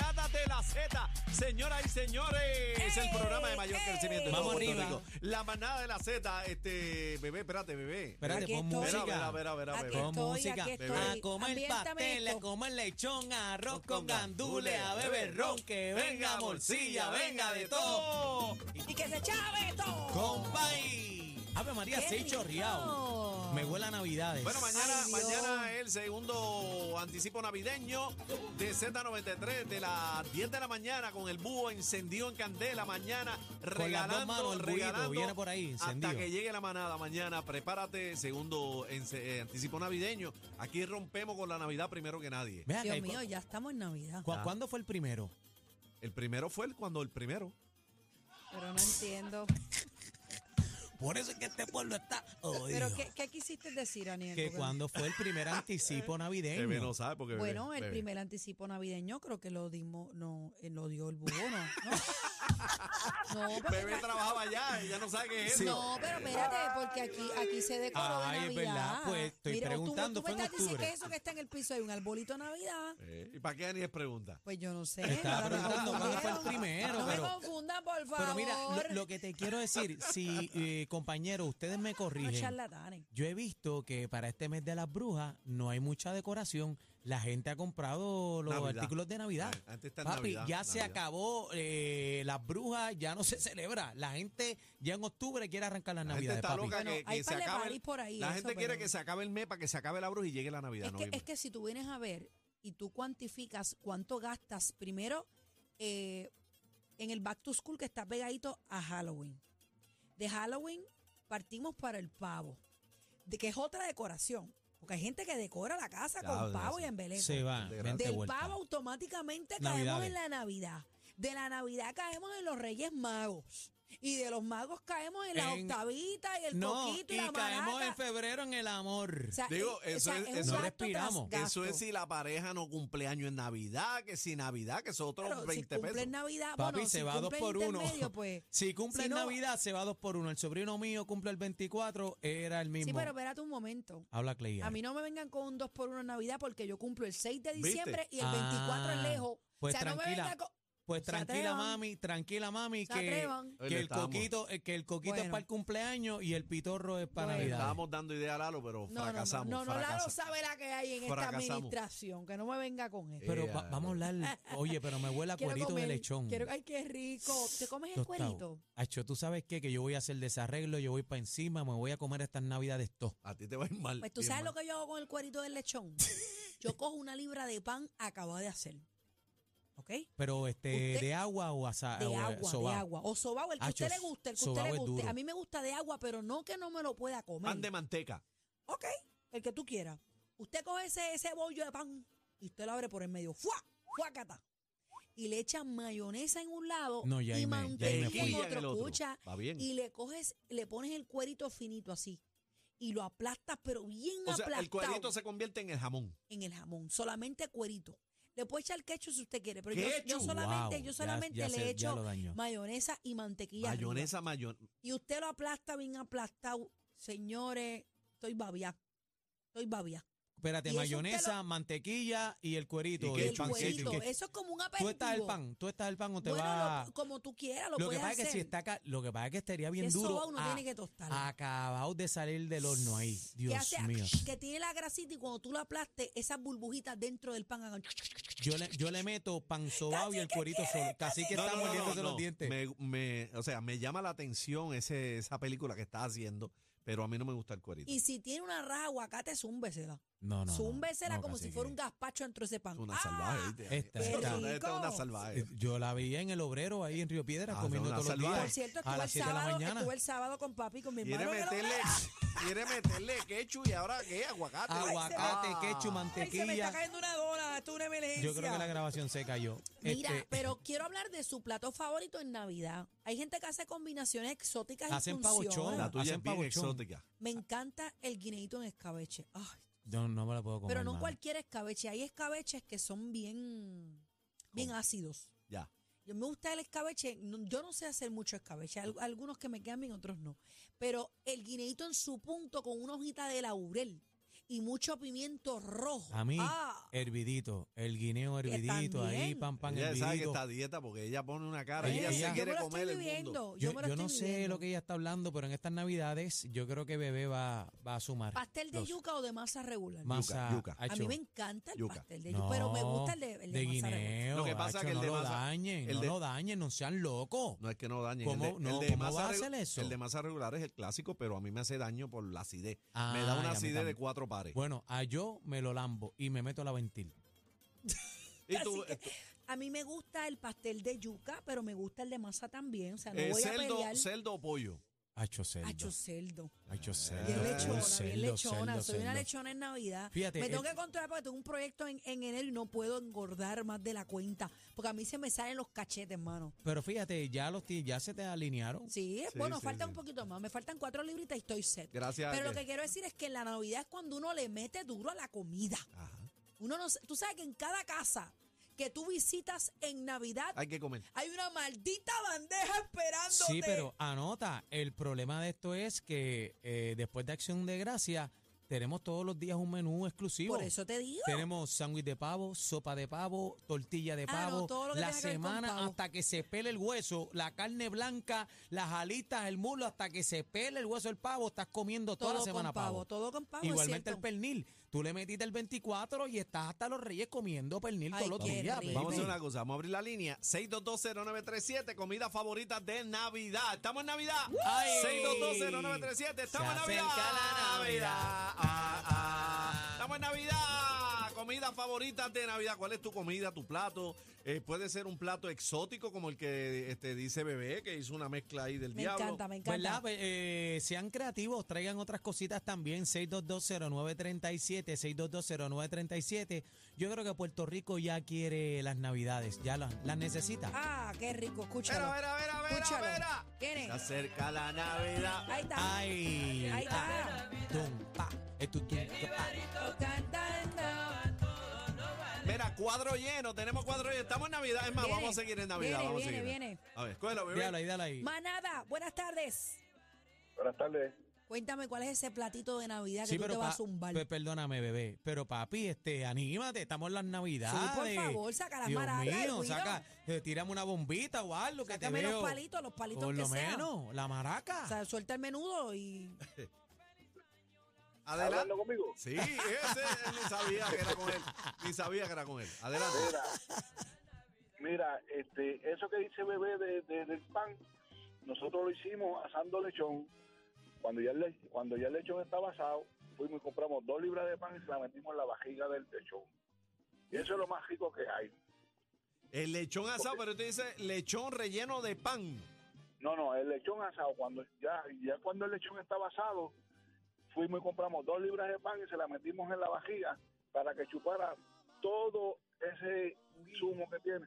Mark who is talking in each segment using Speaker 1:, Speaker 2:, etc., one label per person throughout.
Speaker 1: La manada de la Z, señoras y señores, es el programa de mayor crecimiento de todo
Speaker 2: Vamos
Speaker 1: Puerto
Speaker 2: arriba.
Speaker 1: Rico. La manada de la Z, este, bebé, espérate, bebé.
Speaker 2: Espérate,
Speaker 3: Aquí
Speaker 2: pon
Speaker 3: estoy.
Speaker 1: Verá,
Speaker 2: música.
Speaker 1: verá, verá, verá,
Speaker 3: Aquí
Speaker 1: verá.
Speaker 2: Pon
Speaker 3: estoy,
Speaker 2: música.
Speaker 3: aquí estoy.
Speaker 2: A comer
Speaker 3: Ambiéntame
Speaker 2: pastel, a
Speaker 3: esto.
Speaker 2: comer lechón, a arroz con gandules, a beber ron, que venga morcilla, venga de todo.
Speaker 3: Y que se chave todo.
Speaker 2: Compay. Ave María,
Speaker 3: Qué
Speaker 2: se ha chorreado.
Speaker 3: rico.
Speaker 2: Me huele a Navidades.
Speaker 1: Bueno, mañana,
Speaker 3: Ay, Dios.
Speaker 1: mañana es el segundo anticipo navideño de Z93 de las 10 de la mañana con el búho encendido en candela mañana regalando,
Speaker 2: dos manos el búhito,
Speaker 1: regalando
Speaker 2: viene por ahí, encendido.
Speaker 1: hasta que llegue la manada mañana. Prepárate, segundo ence- eh, anticipo navideño. Aquí rompemos con la Navidad primero que nadie.
Speaker 2: Ve acá,
Speaker 3: Dios
Speaker 2: ¿y cu-
Speaker 3: mío, ya estamos en Navidad.
Speaker 2: cu- ¿Cuándo fue el primero?
Speaker 1: El primero fue el- cuando el primero.
Speaker 3: Pero no entiendo.
Speaker 2: Por eso es que este pueblo está. Oh,
Speaker 3: Pero ¿qué, qué quisiste decir, Aniel?
Speaker 2: Que
Speaker 3: Porque-
Speaker 2: cuando fue el primer anticipo
Speaker 1: Bebé no
Speaker 2: navideño.
Speaker 1: sabe porque bebé-
Speaker 3: Bueno, el
Speaker 1: bebé.
Speaker 3: primer anticipo navideño creo que lo dimos, no, eh, lo dio el búho, ¿no? No, no porque-
Speaker 1: Bebé trabajaba allá, ella no sabe qué es eso.
Speaker 3: No, pero espérate, porque aquí, aquí se decoró de
Speaker 2: Ay,
Speaker 3: Navidad.
Speaker 2: es verdad, pues, estoy
Speaker 3: Mira, tú-
Speaker 2: preguntando,
Speaker 3: tú,
Speaker 2: fue en
Speaker 3: me estás diciendo
Speaker 2: octubre.
Speaker 3: que eso que está en el piso hay un arbolito de Navidad.
Speaker 1: Eh, ¿Y para qué Aniel pregunta?
Speaker 3: Pues yo no sé.
Speaker 2: Te estaba
Speaker 3: no me
Speaker 2: preguntando cuándo fue el
Speaker 3: confundieron.
Speaker 2: primero,
Speaker 3: No
Speaker 2: pero-
Speaker 3: me confundan, por favor.
Speaker 2: Pero mira, lo, lo que te quiero decir, si eh, compañeros, ustedes me
Speaker 3: No
Speaker 2: corrigen.
Speaker 3: charlatanes.
Speaker 2: Yo he visto que para este mes de las brujas no hay mucha decoración. La gente ha comprado los
Speaker 1: Navidad.
Speaker 2: artículos de Navidad.
Speaker 1: Eh, antes está
Speaker 2: Papi,
Speaker 1: Navidad,
Speaker 2: ya se
Speaker 1: Navidad.
Speaker 2: acabó eh, las brujas, ya no se celebra. La gente ya en octubre quiere arrancar las
Speaker 1: La gente
Speaker 2: Navidades,
Speaker 1: está
Speaker 2: papi.
Speaker 1: loca
Speaker 3: Bueno,
Speaker 1: que, que
Speaker 3: hay
Speaker 1: se
Speaker 3: par de
Speaker 1: acabe.
Speaker 3: parties por ahí,
Speaker 1: la
Speaker 3: eso,
Speaker 1: gente quiere
Speaker 3: pero-
Speaker 1: que se acabe el mes para que se acabe la bruja y llegue la Navidad.
Speaker 3: Es que,
Speaker 1: noviembre.
Speaker 3: es que si tú vienes a ver y tú cuantificas cuánto gastas primero eh, en el back to school que está pegadito a Halloween. De Halloween partimos para el pavo, de que es otra decoración. Porque hay gente que decora la casa
Speaker 1: Ya,
Speaker 3: con
Speaker 1: habla,
Speaker 3: pavo
Speaker 1: sí.
Speaker 3: y embeleco.
Speaker 2: Se va,
Speaker 1: Del
Speaker 2: vente
Speaker 3: Del
Speaker 2: vuelta.
Speaker 3: pavo automáticamente caemos
Speaker 2: Navidades.
Speaker 3: en la Navidad. De la Navidad caemos en los Reyes Magos. Y de los magos caemos en la
Speaker 2: En-
Speaker 3: octavita y el
Speaker 2: No,
Speaker 3: coquito
Speaker 2: y
Speaker 3: y, la
Speaker 2: caemos en
Speaker 3: maraca.
Speaker 2: febrero en el amor.
Speaker 3: O sea,
Speaker 1: Digo,
Speaker 3: eh, o
Speaker 1: eso
Speaker 3: sea,
Speaker 1: es-
Speaker 3: un
Speaker 1: eso-
Speaker 2: No
Speaker 3: gasto
Speaker 2: respiramos.
Speaker 3: tras
Speaker 1: Eso es
Speaker 3: gasto.
Speaker 1: si la pareja no cumple año en Navidad, que si Navidad, que es otros
Speaker 3: Pero
Speaker 1: 20
Speaker 3: si
Speaker 1: pesos.
Speaker 3: cumple en Navidad,
Speaker 2: Papi,
Speaker 3: bueno,
Speaker 2: se
Speaker 3: si
Speaker 2: va dos
Speaker 3: cumple
Speaker 2: por uno.
Speaker 3: intermedio, Pues,
Speaker 2: Si cumple
Speaker 3: si
Speaker 2: en
Speaker 3: no-
Speaker 2: Navidad, se va dos por uno. El sobrino mío cumple el 24, era el mismo.
Speaker 3: Sí, pero espérate un momento.
Speaker 2: Habla Clay.
Speaker 3: A mí no me vengan con un 2 por 1 en Navidad porque yo cumplo el 6 de
Speaker 1: ¿Viste?
Speaker 3: diciembre y el
Speaker 2: Ah,
Speaker 3: 24 es lejos.
Speaker 2: pues
Speaker 3: o sea, no me
Speaker 2: tranquila.
Speaker 3: vengan con...
Speaker 2: Pues
Speaker 3: Se
Speaker 2: tranquila,
Speaker 3: atrevan.
Speaker 2: mami, tranquila, mami,
Speaker 3: Se
Speaker 2: que,
Speaker 3: atrevan.
Speaker 1: Hoy
Speaker 2: que
Speaker 1: le
Speaker 2: el
Speaker 1: estamos.
Speaker 2: coquito, eh, que el coquito es
Speaker 3: Bueno.
Speaker 2: para el cumpleaños y el pitorro es para
Speaker 3: Bueno.
Speaker 2: Navidad.
Speaker 1: Estábamos dando idea a Lalo, pero
Speaker 3: No, no, no,
Speaker 1: fracasamos.
Speaker 3: no, no, Lalo
Speaker 1: fracasa-
Speaker 3: sabe la que hay en esta
Speaker 1: Fracasamos.
Speaker 3: administración, que no me venga con eso.
Speaker 2: Pero
Speaker 1: Eh,
Speaker 2: va- vamos a hablar. Oye, pero me huele a
Speaker 3: Quiero
Speaker 2: cuerito
Speaker 3: comer,
Speaker 2: de lechón.
Speaker 3: quiero- ay, qué rico. ¿Te comes el
Speaker 2: tostado.
Speaker 3: cuerito?
Speaker 2: Acho, tú sabes qué, que yo voy a hacer desarreglo, yo voy para encima, me voy a comer estas navidades todo.
Speaker 1: A ti te va a ir mal.
Speaker 3: Pues tú
Speaker 1: bien
Speaker 3: sabes lo
Speaker 1: mal.
Speaker 3: que yo hago con el cuerito del lechón. Yo cojo una libra de pan acabado de hacer. ¿Ok?
Speaker 2: Pero este,
Speaker 3: Usted-
Speaker 2: de agua o asa,
Speaker 3: De
Speaker 2: o, eh,
Speaker 3: agua, de
Speaker 2: sobao.
Speaker 3: agua. O sobao, el que a usted
Speaker 2: Achos,
Speaker 3: le guste, el que a usted
Speaker 2: sobao
Speaker 3: le
Speaker 2: es
Speaker 3: guste.
Speaker 2: duro.
Speaker 3: A mí me gusta de agua, pero no que no me lo pueda comer.
Speaker 1: Pan de manteca.
Speaker 3: Ok, el que tú quieras. Usted coge ese, ese bollo de pan y usted lo abre por el medio. ¡Fua! ¡Fuacata! Y le echa mayonesa en un lado
Speaker 2: No, ya
Speaker 3: y
Speaker 2: ahí me- ya ahí me
Speaker 3: mantequilla
Speaker 2: fui.
Speaker 3: en
Speaker 1: Tequilla
Speaker 3: otro. Escucha,
Speaker 1: Va bien.
Speaker 3: y le coges, le pones el cuerito finito así. Y lo aplastas, pero bien
Speaker 1: o sea,
Speaker 3: aplastado
Speaker 1: el cuadrito se convierte en el jamón.
Speaker 3: en el jamón, solamente cuerito. Le puedo echar ketchup si usted quiere, pero yo,
Speaker 1: ¿Ketchup?
Speaker 3: yo solamente,
Speaker 2: Wow,
Speaker 3: yo
Speaker 2: ya-
Speaker 3: solamente
Speaker 2: ya
Speaker 3: le
Speaker 2: sé, ya lo
Speaker 3: echo
Speaker 2: dañó.
Speaker 3: mayonesa y mantequilla. arriba.
Speaker 1: Mayonesa, mayonesa.
Speaker 3: Y usted lo aplasta bien aplastado. Señores, estoy babia. Estoy babia.
Speaker 2: Espérate,
Speaker 3: Y eso
Speaker 2: mayonesa,
Speaker 3: usted lo-
Speaker 2: mantequilla y el cuerito.
Speaker 1: Y
Speaker 3: Y
Speaker 1: que
Speaker 3: el
Speaker 1: pancito.
Speaker 3: cuerito,
Speaker 2: que-
Speaker 3: eso es como un aperitivo.
Speaker 2: Tú estás el pan, tú estás el pan o te
Speaker 3: bueno,
Speaker 2: va.
Speaker 3: lo- como tú quieras, lo,
Speaker 2: Lo, que
Speaker 3: puedes
Speaker 2: pasa
Speaker 3: hacer.
Speaker 2: es que si está acá, lo que pasa es que estaría bien
Speaker 3: Que
Speaker 2: duro. ah,
Speaker 3: soba uno
Speaker 2: a-
Speaker 3: tiene que tostarlo.
Speaker 2: Acabado de salir del horno ahí.
Speaker 3: que,
Speaker 2: Dios
Speaker 3: hace- Ah,
Speaker 2: mío.
Speaker 3: que tiene la grasita y cuando tú la aplastes, esas burbujitas dentro del pan hagan.
Speaker 2: Yo le, yo le meto pan sobao y el
Speaker 3: Cacique,
Speaker 2: cuerito
Speaker 3: ¿quieres?
Speaker 2: solo. Casi que
Speaker 3: Cacique. No,
Speaker 2: está
Speaker 3: no, no,
Speaker 2: mordiéndose
Speaker 3: no,
Speaker 2: los dientes.
Speaker 1: Me, me- o sea, me llama la atención ese, esa película que está haciendo, pero a mí no me gusta el cuerito.
Speaker 3: Y si tiene una raja de aguacate, zúmbesela.
Speaker 2: No, no.
Speaker 3: zúmbesela
Speaker 2: no,
Speaker 3: como si
Speaker 2: cacique.
Speaker 3: fuera un gazpacho dentro de ese pan.
Speaker 1: Es una
Speaker 3: ¡Ah!
Speaker 1: salvaje. ¿viste?
Speaker 2: Esta,
Speaker 1: Esta
Speaker 2: esta.
Speaker 1: es una
Speaker 3: Rico.
Speaker 1: salvaje.
Speaker 2: Yo la veía en el obrero ahí en Río Piedra
Speaker 1: Ah,
Speaker 2: comiendo
Speaker 1: no, una
Speaker 2: todos los
Speaker 1: salvaje.
Speaker 2: días.
Speaker 3: Por cierto,
Speaker 2: a
Speaker 3: estuve el,
Speaker 2: las 7 de la
Speaker 3: sábado,
Speaker 2: mañana.
Speaker 3: estuve el sábado con papi, con mi
Speaker 1: Quiere
Speaker 3: hermano. que lo-
Speaker 1: meterle, quiere meterle quechu y ahora qué, aguacate.
Speaker 2: Aguacate,
Speaker 1: Ah.
Speaker 3: Ay,
Speaker 2: ketchup,
Speaker 3: se me está
Speaker 2: mantequilla.
Speaker 3: cayendo una dona, esto es una emergencia.
Speaker 2: Yo creo que la grabación se cayó.
Speaker 3: Mira,
Speaker 2: Este,
Speaker 3: pero quiero hablar de su plato favorito en Navidad. Hay gente que hace combinaciones exóticas
Speaker 2: Hacen
Speaker 3: y
Speaker 2: pavochón.
Speaker 3: funciona.
Speaker 2: La
Speaker 1: La tuya
Speaker 2: Hacen
Speaker 1: es bien
Speaker 2: pavochón.
Speaker 1: exótica.
Speaker 3: Me encanta el guineíto en escabeche. Ay,
Speaker 2: eh, yo no me la puedo comer.
Speaker 3: pero no
Speaker 2: mano.
Speaker 3: cualquier escabeche. Hay escabeches que son bien, bien
Speaker 1: ¿Cómo?
Speaker 3: ácidos.
Speaker 1: Ya.
Speaker 3: Yo me gusta el escabeche. no- Yo no sé hacer mucho escabeche. Al- Algunos que me quedan bien, otros no. Pero el guineíto en su punto con una hojita de laurel y mucho pimiento rojo.
Speaker 2: A mí, eh,
Speaker 3: Ah,
Speaker 2: hervidito. El guineo
Speaker 3: Que
Speaker 2: hervidito ahí,
Speaker 3: también.
Speaker 2: pan, pan,
Speaker 1: ella sabe que
Speaker 2: hervidito.
Speaker 1: está a dieta porque ella pone una cara y
Speaker 2: eh,
Speaker 1: ella
Speaker 2: Ella- ella-
Speaker 1: se
Speaker 3: yo me
Speaker 1: quiere
Speaker 3: lo
Speaker 1: comer
Speaker 3: estoy
Speaker 1: el mundo.
Speaker 3: viviendo. Yo,
Speaker 2: Yo,
Speaker 3: me lo
Speaker 2: yo
Speaker 3: estoy
Speaker 2: no sé
Speaker 3: viviendo.
Speaker 2: lo que ella está hablando, pero en estas navidades yo creo que bebé va, va a sumar.
Speaker 3: ¿Pastel de
Speaker 2: los
Speaker 3: yuca o de masa regular?
Speaker 2: Masa,
Speaker 1: yuca.
Speaker 3: A mí
Speaker 2: hacho.
Speaker 3: me encanta el
Speaker 1: Yuca.
Speaker 3: pastel de yuca, pero me gusta el de, el de masa regular.
Speaker 2: guineo.
Speaker 1: Lo que pasa
Speaker 2: hacho,
Speaker 1: que el
Speaker 2: no
Speaker 1: de
Speaker 2: lo
Speaker 1: masa-
Speaker 2: dañen,
Speaker 1: el
Speaker 2: no
Speaker 1: de-
Speaker 2: lo dañen, no sean locos.
Speaker 1: No es que no dañe.
Speaker 2: ¿Cómo?
Speaker 1: el de,
Speaker 2: No,
Speaker 1: el de
Speaker 2: ¿cómo
Speaker 1: masa
Speaker 2: vas a
Speaker 1: regu-
Speaker 2: hacer eso?
Speaker 1: El de masa regular es el clásico, pero a mí me hace daño por la acidez.
Speaker 2: Ah,
Speaker 1: me da
Speaker 2: y a
Speaker 1: una
Speaker 2: mí
Speaker 1: acidez de
Speaker 2: también.
Speaker 1: cuatro pares.
Speaker 2: Bueno, a yo me lo lambo y me meto a la ventil.
Speaker 1: Y
Speaker 3: Así
Speaker 1: tú, eh,
Speaker 3: que A mí me gusta el pastel de yuca, pero me gusta el de masa también. O sea, no
Speaker 1: eh,
Speaker 3: voy a
Speaker 1: cerdo,
Speaker 3: pelear.
Speaker 1: cerdo o pollo.
Speaker 2: Hacho celdo.
Speaker 3: Hacho celdo.
Speaker 2: Hacho celdo.
Speaker 3: Bien
Speaker 1: Ah,
Speaker 3: lechona,
Speaker 2: full
Speaker 3: bien
Speaker 2: celdo,
Speaker 3: lechona.
Speaker 2: celdo,
Speaker 3: Soy una
Speaker 2: celdo.
Speaker 3: lechona en Navidad.
Speaker 2: Fíjate, eh,
Speaker 3: me tengo
Speaker 2: el-
Speaker 3: que controlar porque tengo un proyecto en, en enero y no puedo engordar más de la cuenta. Porque a mí se me salen los cachetes, hermano.
Speaker 2: Pero fíjate, ya los ti- ya se te alinearon.
Speaker 3: Sí,
Speaker 1: Sí,
Speaker 3: bueno,
Speaker 1: sí,
Speaker 3: falta
Speaker 1: sí.
Speaker 3: un poquito más. Me faltan cuatro libritas y estoy set.
Speaker 1: Gracias. eh. a
Speaker 3: Pero lo
Speaker 1: que-
Speaker 3: que quiero decir es que en la Navidad es cuando uno le mete duro a la comida.
Speaker 1: Ajá.
Speaker 3: Uno no, s- tú sabes que en cada casa que tú visitas en Navidad
Speaker 1: Hay que comer.
Speaker 3: hay una maldita bandeja esperándote.
Speaker 2: Sí, pero anota, el problema de esto es que eh, después de Acción de Gracia tenemos todos los días un menú exclusivo.
Speaker 3: Por eso te digo.
Speaker 2: Tenemos sándwich de pavo, sopa de pavo, tortilla de
Speaker 3: Ah, no,
Speaker 2: pavo.
Speaker 3: todo lo que
Speaker 2: la
Speaker 3: tenga que ver con
Speaker 2: semana
Speaker 3: pavo.
Speaker 2: hasta que se pele el hueso, la carne blanca, las alitas, el muslo, hasta que se pele el hueso del pavo, estás comiendo toda
Speaker 3: todo
Speaker 2: la semana
Speaker 3: con pavo, todo con pavo. es
Speaker 2: Igualmente el
Speaker 3: cierto.
Speaker 2: pernil. Tú le metiste el 24 y estás hasta los reyes comiendo pernil
Speaker 3: Ay,
Speaker 2: todos los
Speaker 3: qué
Speaker 2: días.
Speaker 3: rico.
Speaker 1: Vamos a
Speaker 2: baby.
Speaker 1: hacer una cosa, vamos a abrir la línea 6220937, comida favorita de Navidad. Estamos en Navidad.
Speaker 2: ¡Ay!
Speaker 1: 6220937, estamos en
Speaker 2: Se
Speaker 1: Navidad.
Speaker 2: acerca la Navidad.
Speaker 1: Ah, ah. Estamos en Navidad. Comida favorita de Navidad. ¿Cuál es tu comida, tu plato? Eh, puede ser un plato exótico como el que este, dice Bebé, que hizo una mezcla ahí del
Speaker 3: Me
Speaker 1: diablo.
Speaker 3: encanta, me encanta.
Speaker 2: ¿Verdad? Pues, eh, sean creativos, traigan otras cositas también. 6220937, 6220937. Yo creo que Puerto Rico ya quiere las navidades, ya las, las necesita.
Speaker 3: Ah, qué rico, escúchalo.
Speaker 1: Vera, vera, vera, vera,
Speaker 3: Escúchalo.
Speaker 1: vera.
Speaker 3: ¿Quién
Speaker 1: Se
Speaker 3: es?
Speaker 1: acerca la Navidad.
Speaker 3: Ahí está.
Speaker 2: Ay,
Speaker 3: Ahí
Speaker 2: ta,
Speaker 3: está.
Speaker 2: tum, pa, eh, tu, tum, pa.
Speaker 3: Cantando.
Speaker 1: Mira, cuadro lleno, tenemos cuadro lleno. Estamos en Navidad, es más,
Speaker 3: Viene,
Speaker 1: vamos a seguir en Navidad.
Speaker 3: viene,
Speaker 1: vamos a
Speaker 3: viene,
Speaker 1: seguir.
Speaker 3: viene.
Speaker 1: A ver, escuela, bebé.
Speaker 2: Dale ahí, dale ahí.
Speaker 3: Manada, buenas tardes.
Speaker 4: Buenas tardes.
Speaker 3: Cuéntame cuál es ese platito de Navidad que
Speaker 2: Sí,
Speaker 3: tú
Speaker 2: pero
Speaker 3: te vas
Speaker 2: pa- pues,
Speaker 3: a zumbar.
Speaker 2: pe- perdóname, bebé. Pero papi, este, anímate, estamos en las navidades.
Speaker 3: Sí, por favor, saca las
Speaker 2: Dios
Speaker 3: maracas, el
Speaker 2: mío,
Speaker 3: guiro.
Speaker 2: saca, eh, tírame una bombita o algo que
Speaker 3: Sácame
Speaker 2: te veo.
Speaker 3: los palitos, los palitos
Speaker 2: por
Speaker 3: que
Speaker 2: lo
Speaker 3: sea.
Speaker 2: menos, la maraca.
Speaker 3: O sea, suelta el menudo y
Speaker 4: ¿Está
Speaker 1: Adelante.
Speaker 4: hablando conmigo?
Speaker 1: Sí, ese él ni sabía que era con él. Ni sabía que era con él. Adelante.
Speaker 4: Mira, mira, este, eso que dice bebé de, de- del pan, nosotros lo hicimos asando lechón. Cuando ya, el, le- cuando ya el lechón estaba asado, fuimos y compramos dos libras de pan y se la metimos en la vajiga del lechón. Y eso es lo más rico que hay.
Speaker 1: El lechón asado, pero usted dice lechón relleno de pan.
Speaker 4: No, no, el lechón asado, cuando ya, ya cuando el lechón estaba asado, fuimos y compramos dos libras de pan y se la metimos en la vajiga para que chupara todo ese zumo que tiene.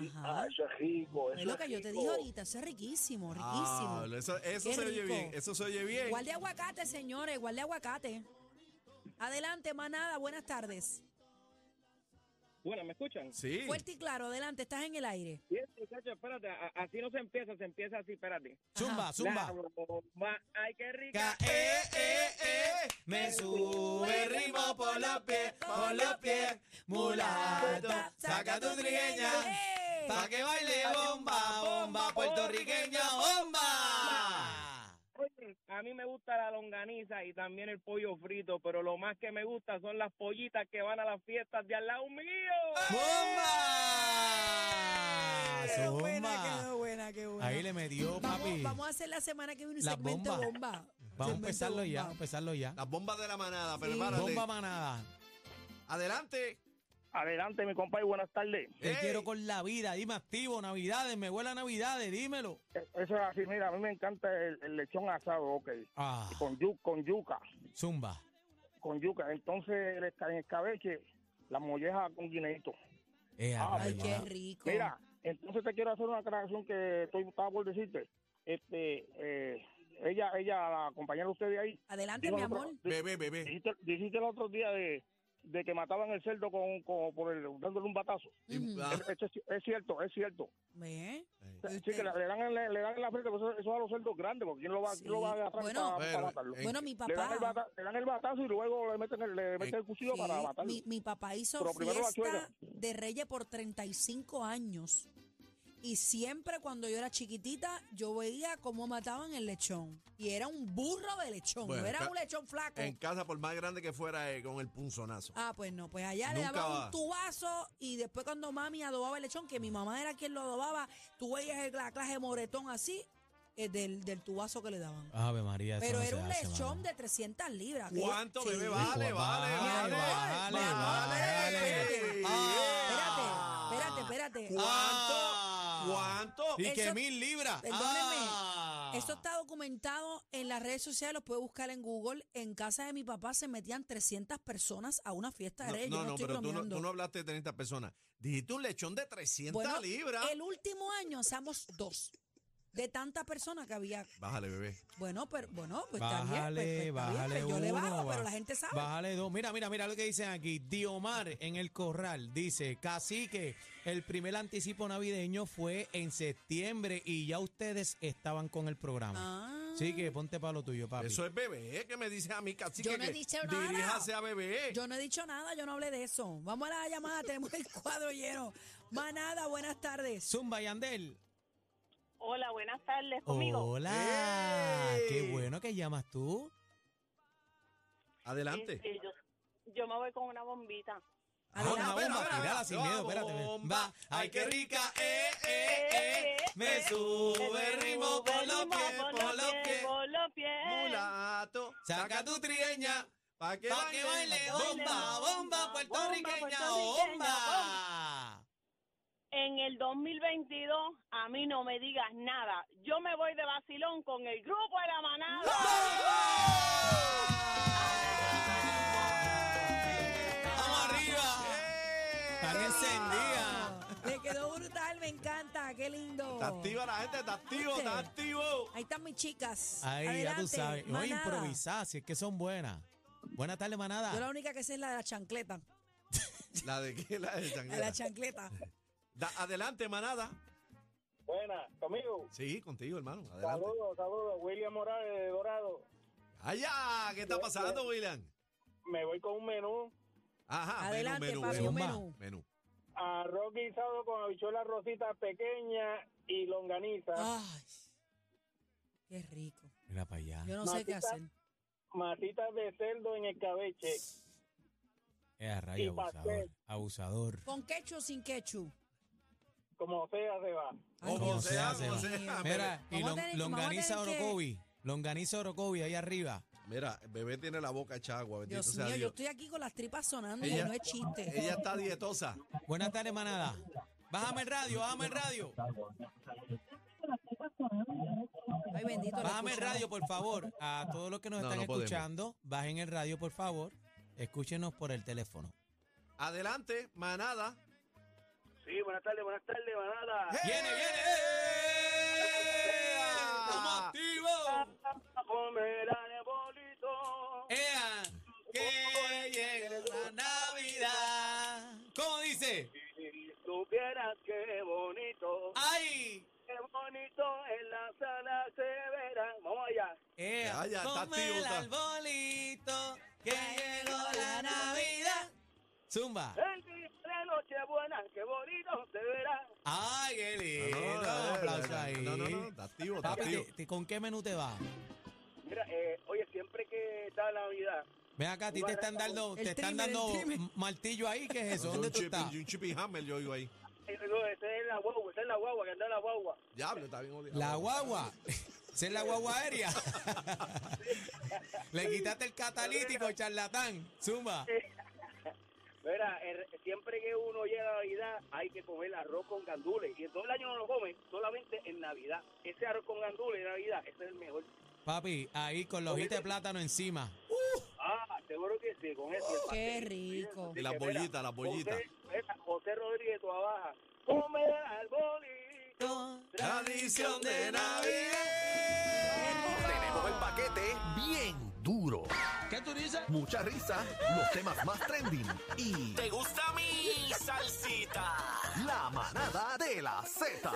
Speaker 4: Y,
Speaker 3: ajá.
Speaker 4: ah, eso es rico.
Speaker 3: es
Speaker 4: eso
Speaker 3: lo que yo te
Speaker 4: rico.
Speaker 3: dije ahorita, eso es riquísimo,
Speaker 1: Ah,
Speaker 3: riquísimo.
Speaker 1: eso eso
Speaker 3: Qué
Speaker 1: se oye
Speaker 3: rico.
Speaker 1: bien. Eso se oye bien.
Speaker 3: Igual de aguacate, señores, igual de aguacate. Adelante, manada, buenas tardes.
Speaker 5: Bueno, ¿me escuchan?
Speaker 1: Sí.
Speaker 3: Fuerte y claro, adelante, estás en el aire.
Speaker 5: Bien, muchachos, espérate, a- así no se empieza, se empieza así, espérate.
Speaker 2: Zumba, zumba.
Speaker 5: La bomba, ay, qué rica.
Speaker 2: Ca- eh, eh, eh, me sube el ritmo por los pies, por los pies, mulato, saca tu trigueña,
Speaker 3: ¡Eh!
Speaker 2: pa' que baile bomba, bomba, puertorriqueña, bomba.
Speaker 5: Oye, a mí me gusta la longaniza y también el pollo frito, pero lo más que me gusta son las pollitas que van a las fiestas de al lado mío.
Speaker 2: ¡Bomba!
Speaker 3: Quedó buena,
Speaker 2: Ah, ¡Zumba!
Speaker 3: quedó buena, qué buena.
Speaker 2: Ahí le me dio,
Speaker 3: Vamos,
Speaker 2: papi.
Speaker 3: vamos a hacer la semana que viene un
Speaker 2: La
Speaker 3: segmento
Speaker 2: bomba.
Speaker 3: bomba.
Speaker 2: Vamos a
Speaker 3: Segmento
Speaker 2: empezarlo ya,
Speaker 3: bomba.
Speaker 2: empezarlo ya.
Speaker 1: Las bombas de la manada, prepárate.
Speaker 2: Bomba manada.
Speaker 1: Adelante.
Speaker 5: Adelante, mi compa, y buenas tardes.
Speaker 2: Te
Speaker 1: Ey.
Speaker 2: quiero con la vida, dime activo, navidades, me huele a navidades, dímelo.
Speaker 5: E, Eso es así, mira, a mí me encanta el, el lechón asado, ok.
Speaker 2: Ah,
Speaker 5: Con, yu- con yuca,
Speaker 2: zumba.
Speaker 5: con yuca. Entonces, el esca- en escabeche, la molleja con guineito.
Speaker 2: Eh,
Speaker 5: Ah,
Speaker 3: Ay,
Speaker 2: rayo,
Speaker 3: qué
Speaker 2: ah.
Speaker 3: rico.
Speaker 5: Mira, entonces te quiero hacer una aclaración que estoy, estaba por decirte. Este, eh, ella, ella, la compañera de ustedes ahí,
Speaker 3: Adelante,
Speaker 5: dijo
Speaker 3: mi
Speaker 5: el otro-
Speaker 3: amor.
Speaker 5: di-
Speaker 1: Bebé, bebé.
Speaker 5: dijiste, dijiste el otro día de, de que mataban el cerdo con, con- por el, dándole un batazo.
Speaker 3: Ujú.
Speaker 1: Ah.
Speaker 5: Es, es- es cierto, es cierto.
Speaker 3: Ve.
Speaker 5: Sí,
Speaker 3: Usted-
Speaker 5: que le, le dan, en la- le dan en la frente, pues eso, eso es a los cerdos grandes, porque ¿quién lo va,
Speaker 3: Sí.
Speaker 5: quién lo va a agarrar
Speaker 3: Bueno,
Speaker 5: para, para
Speaker 1: Pero,
Speaker 5: matarlo?
Speaker 1: eh,
Speaker 3: Bueno, mi
Speaker 5: Le dan, el
Speaker 3: papá.
Speaker 5: bata- le dan el batazo y luego le meten el, le meten el cuchillo
Speaker 3: Eh, sí,
Speaker 5: para matarlo.
Speaker 3: mi, mi papá hizo
Speaker 5: Pero primero la
Speaker 3: fiesta
Speaker 5: suegra.
Speaker 3: de reyes por 35 años. Y siempre cuando yo era chiquitita, yo veía cómo mataban el lechón. Y era un burro de lechón,
Speaker 1: Bueno,
Speaker 3: no era
Speaker 1: ca-
Speaker 3: un lechón flaco.
Speaker 1: En casa, por más grande que fuera, eh, con el punzonazo.
Speaker 3: Ah, pues no, pues allá le
Speaker 1: Nunca
Speaker 3: daban
Speaker 1: va.
Speaker 3: un tubazo y después cuando mami adobaba el lechón, que mi mamá era quien lo adobaba, tú veías el- la clase de moretón así eh, del, del tubazo que le daban.
Speaker 1: Ah,
Speaker 2: Ave María. eso
Speaker 3: Pero
Speaker 2: no
Speaker 3: era
Speaker 2: se
Speaker 3: un
Speaker 2: hace,
Speaker 3: lechón
Speaker 2: mano.
Speaker 3: de 300 libras. que-
Speaker 1: ¿Cuánto,
Speaker 3: sí.
Speaker 1: bebé? Vale, vale,
Speaker 2: Vale,
Speaker 1: vale.
Speaker 2: vale,
Speaker 1: Vale,
Speaker 2: vale,
Speaker 1: vale.
Speaker 3: vale.
Speaker 1: Ah.
Speaker 3: Espérate, espérate, espérate.
Speaker 2: Ah.
Speaker 1: ¿Cuánto? ¿Cuánto?
Speaker 2: Y que
Speaker 3: Eso-
Speaker 2: mil libras.
Speaker 3: Perdóneme.
Speaker 2: Ah.
Speaker 3: Esto está documentado en las redes sociales, lo puede buscar en Google. En casa de mi papá se metían 300 personas a una fiesta de
Speaker 1: No,
Speaker 3: reyes.
Speaker 1: no,
Speaker 3: yo
Speaker 1: no,
Speaker 3: estoy
Speaker 1: pero tú no,
Speaker 3: bromeando.
Speaker 1: tú no hablaste de 30 personas. Dijiste un lechón de 300
Speaker 3: Bueno,
Speaker 1: libras.
Speaker 3: El último año hacemos dos. De tanta persona que había.
Speaker 1: Bájale, bebé.
Speaker 3: Bueno, pero bueno, pues está bien. pues, pues,
Speaker 2: Bájale,
Speaker 3: está bien,
Speaker 2: bájale
Speaker 3: pues yo le
Speaker 2: uno,
Speaker 3: bajo,
Speaker 2: ba-
Speaker 3: pero la gente sabe.
Speaker 2: Bájale dos. Mira, mira, mira lo que dicen aquí. Diomar en el corral dice, cacique, el primer anticipo navideño fue en septiembre y ya ustedes estaban con el programa.
Speaker 3: Ah,
Speaker 2: Así que ponte para lo tuyo, papi.
Speaker 1: Eso es bebé, que me dice a mí casi
Speaker 3: Yo
Speaker 1: que,
Speaker 3: no he
Speaker 1: que
Speaker 3: dicho nada.
Speaker 1: diríjase a bebé.
Speaker 3: yo no he dicho nada, yo no hablé de eso. Vamos a la llamada, tenemos el cuadro lleno. Manada, buenas tardes.
Speaker 2: Zumba Yandel.
Speaker 6: Hola, buenas tardes conmigo.
Speaker 2: Hola.
Speaker 1: ¡Ey!
Speaker 2: Qué bueno que llamas tú.
Speaker 1: Adelante.
Speaker 6: Este, yo, yo me voy con una bombita.
Speaker 2: Ah, una
Speaker 1: espera,
Speaker 3: Adelante.
Speaker 2: bomba,
Speaker 1: espera,
Speaker 2: tírala
Speaker 1: espera.
Speaker 2: sin miedo,
Speaker 1: Una
Speaker 2: espérate.
Speaker 1: bomba.
Speaker 2: Va, ay, qué rica, eh, eh, eh. Me sube el ritmo por los pies, por los pies.
Speaker 6: Por los pies.
Speaker 1: Mulato,
Speaker 2: Saca tu trigueña.
Speaker 1: pa' que
Speaker 2: Pa' que baile bomba, bomba puertorriqueña, bomba.
Speaker 6: En el 2022, a mí no me digas nada. Yo me voy de vacilón con el grupo de la manada.
Speaker 2: ¡Oh! Vamos arriba. Están encendidas.
Speaker 3: Le quedó brutal, me encanta, qué lindo.
Speaker 1: Está activa la gente, está activo,
Speaker 3: Viste.
Speaker 1: está activo.
Speaker 3: Ahí están mis chicas.
Speaker 2: Ahí, ya tú
Speaker 3: Adelante,
Speaker 2: sabes. No
Speaker 3: manada.
Speaker 2: improvisar, si es que son buenas. Buenas tardes,
Speaker 3: Yo la
Speaker 2: manada.
Speaker 3: única que sé es la de la chancleta.
Speaker 1: La de qué, la de
Speaker 3: La de
Speaker 1: changuera.
Speaker 3: la chancleta.
Speaker 1: Da- adelante, manada.
Speaker 5: Buena, conmigo.
Speaker 1: Sí, contigo, hermano. Adelante.
Speaker 5: Saludos, saludos. William Morales de Dorado.
Speaker 1: Allá, ¿qué está pasando, William?
Speaker 5: Me voy con un menú.
Speaker 1: Ajá,
Speaker 3: Adelante,
Speaker 1: menú,
Speaker 3: papi,
Speaker 1: menú,
Speaker 3: un
Speaker 2: Zumba.
Speaker 3: menú.
Speaker 1: menú.
Speaker 5: Arroz guisado con habichuela rosita pequeña y longaniza.
Speaker 3: Ay, qué rico.
Speaker 2: Mira para allá.
Speaker 3: Yo no sé qué
Speaker 5: Matita.
Speaker 3: hacer.
Speaker 5: Masitas de cerdo en escabeche.
Speaker 2: Eh, rayo,
Speaker 5: Y pastel.
Speaker 2: abusador. Abusador.
Speaker 3: ¿Con quechu o sin quechu?
Speaker 5: Como sea, se va.
Speaker 3: Ay,
Speaker 2: Como
Speaker 3: Dios
Speaker 2: sea,
Speaker 3: mío.
Speaker 2: como
Speaker 1: sea.
Speaker 2: Mira, y
Speaker 3: Ah, Vamos a
Speaker 2: lon-
Speaker 3: tener- vamos a
Speaker 2: longaniza
Speaker 3: tener que-
Speaker 2: Orocovi. Longaniza Orocovi ahí arriba.
Speaker 1: Mira, bebé tiene la boca hecha agua, bendito
Speaker 3: Dios
Speaker 1: sea
Speaker 3: mío, yo
Speaker 1: Dios.
Speaker 3: estoy aquí con las tripas sonando,
Speaker 1: Ella-
Speaker 3: no es chiste.
Speaker 1: Ella está dietosa.
Speaker 2: Buenas tardes, manada. Bájame el radio, bájame el radio.
Speaker 3: Ay, bendito. la
Speaker 2: Bájame el
Speaker 3: escuchaba.
Speaker 2: radio, por favor. A todos los que nos
Speaker 1: No,
Speaker 2: están
Speaker 1: no podemos.
Speaker 2: escuchando, bajen el radio, por favor. Escúchenos por el teléfono.
Speaker 1: Adelante, manada.
Speaker 5: Sí, buenas tardes, buenas tardes, manada.
Speaker 2: ¡Viene, viene! ¡Eh! ¡Ea! ¡Estamos
Speaker 1: Ah.
Speaker 2: activos!
Speaker 5: A comer al bolito.
Speaker 2: ¡Ea! ¡Que llegue la Navidad! ¿Cómo dice?
Speaker 5: vieras qué bonito.
Speaker 2: ¡Ay!
Speaker 5: Qué bonito en la sala se verán. Vamos allá.
Speaker 2: Eh,
Speaker 1: Ya, ya, está
Speaker 2: ponme
Speaker 1: activo,
Speaker 2: el
Speaker 1: está.
Speaker 2: arbolito que llegó la Navidad. Zumba.
Speaker 5: El día de Nochebuena, qué bonito se verá.
Speaker 2: ¡Ay, qué lindo! Aplauso ahí.
Speaker 1: no, no, no, está activo, está
Speaker 2: Papi,
Speaker 1: activo.
Speaker 2: te- te- ¿con qué menú te va?
Speaker 5: Mira, eh, oye, siempre que está Navidad,
Speaker 2: Ven acá, a ti te están dando,
Speaker 3: El
Speaker 2: te están
Speaker 3: trimmer, el
Speaker 2: dando
Speaker 3: trimmer.
Speaker 2: martillo ahí, ¿qué es eso?
Speaker 1: No,
Speaker 2: ¿Dónde
Speaker 1: un
Speaker 2: tú
Speaker 1: chip-
Speaker 2: estás?
Speaker 1: Un chippy hammer yo oigo ahí.
Speaker 5: eh, no, esa es la guagua, esa es la guagua, que anda en la guagua.
Speaker 1: Diablo, está bien odiado.
Speaker 2: La guagua. Esa es la guagua aérea. Le quitaste el catalítico, charlatán. Zumba.
Speaker 5: Mira, er- siempre que uno llega a Navidad hay que comer arroz con gandules. Y todo el año no lo comen, solamente en Navidad. Ese arroz con gandules en Navidad, ese es el mejor.
Speaker 2: Papi, ahí con los hojitas de plátano encima.
Speaker 5: Ah, seguro que sí, con eso. el
Speaker 3: Qué
Speaker 5: pastel.
Speaker 3: rico.
Speaker 1: Y las
Speaker 5: Mira,
Speaker 1: bollitas, las bollitas.
Speaker 5: José, mira, José Rodríguez, tu abaja. Come al bolito.
Speaker 1: Tradición de Navidad.
Speaker 7: Tenemos el paquete bien duro.
Speaker 2: ¿Qué tú dices?
Speaker 7: Mucha risa, los temas más trending y
Speaker 8: ¿Te gusta mi salsita?
Speaker 7: la manada de la Z.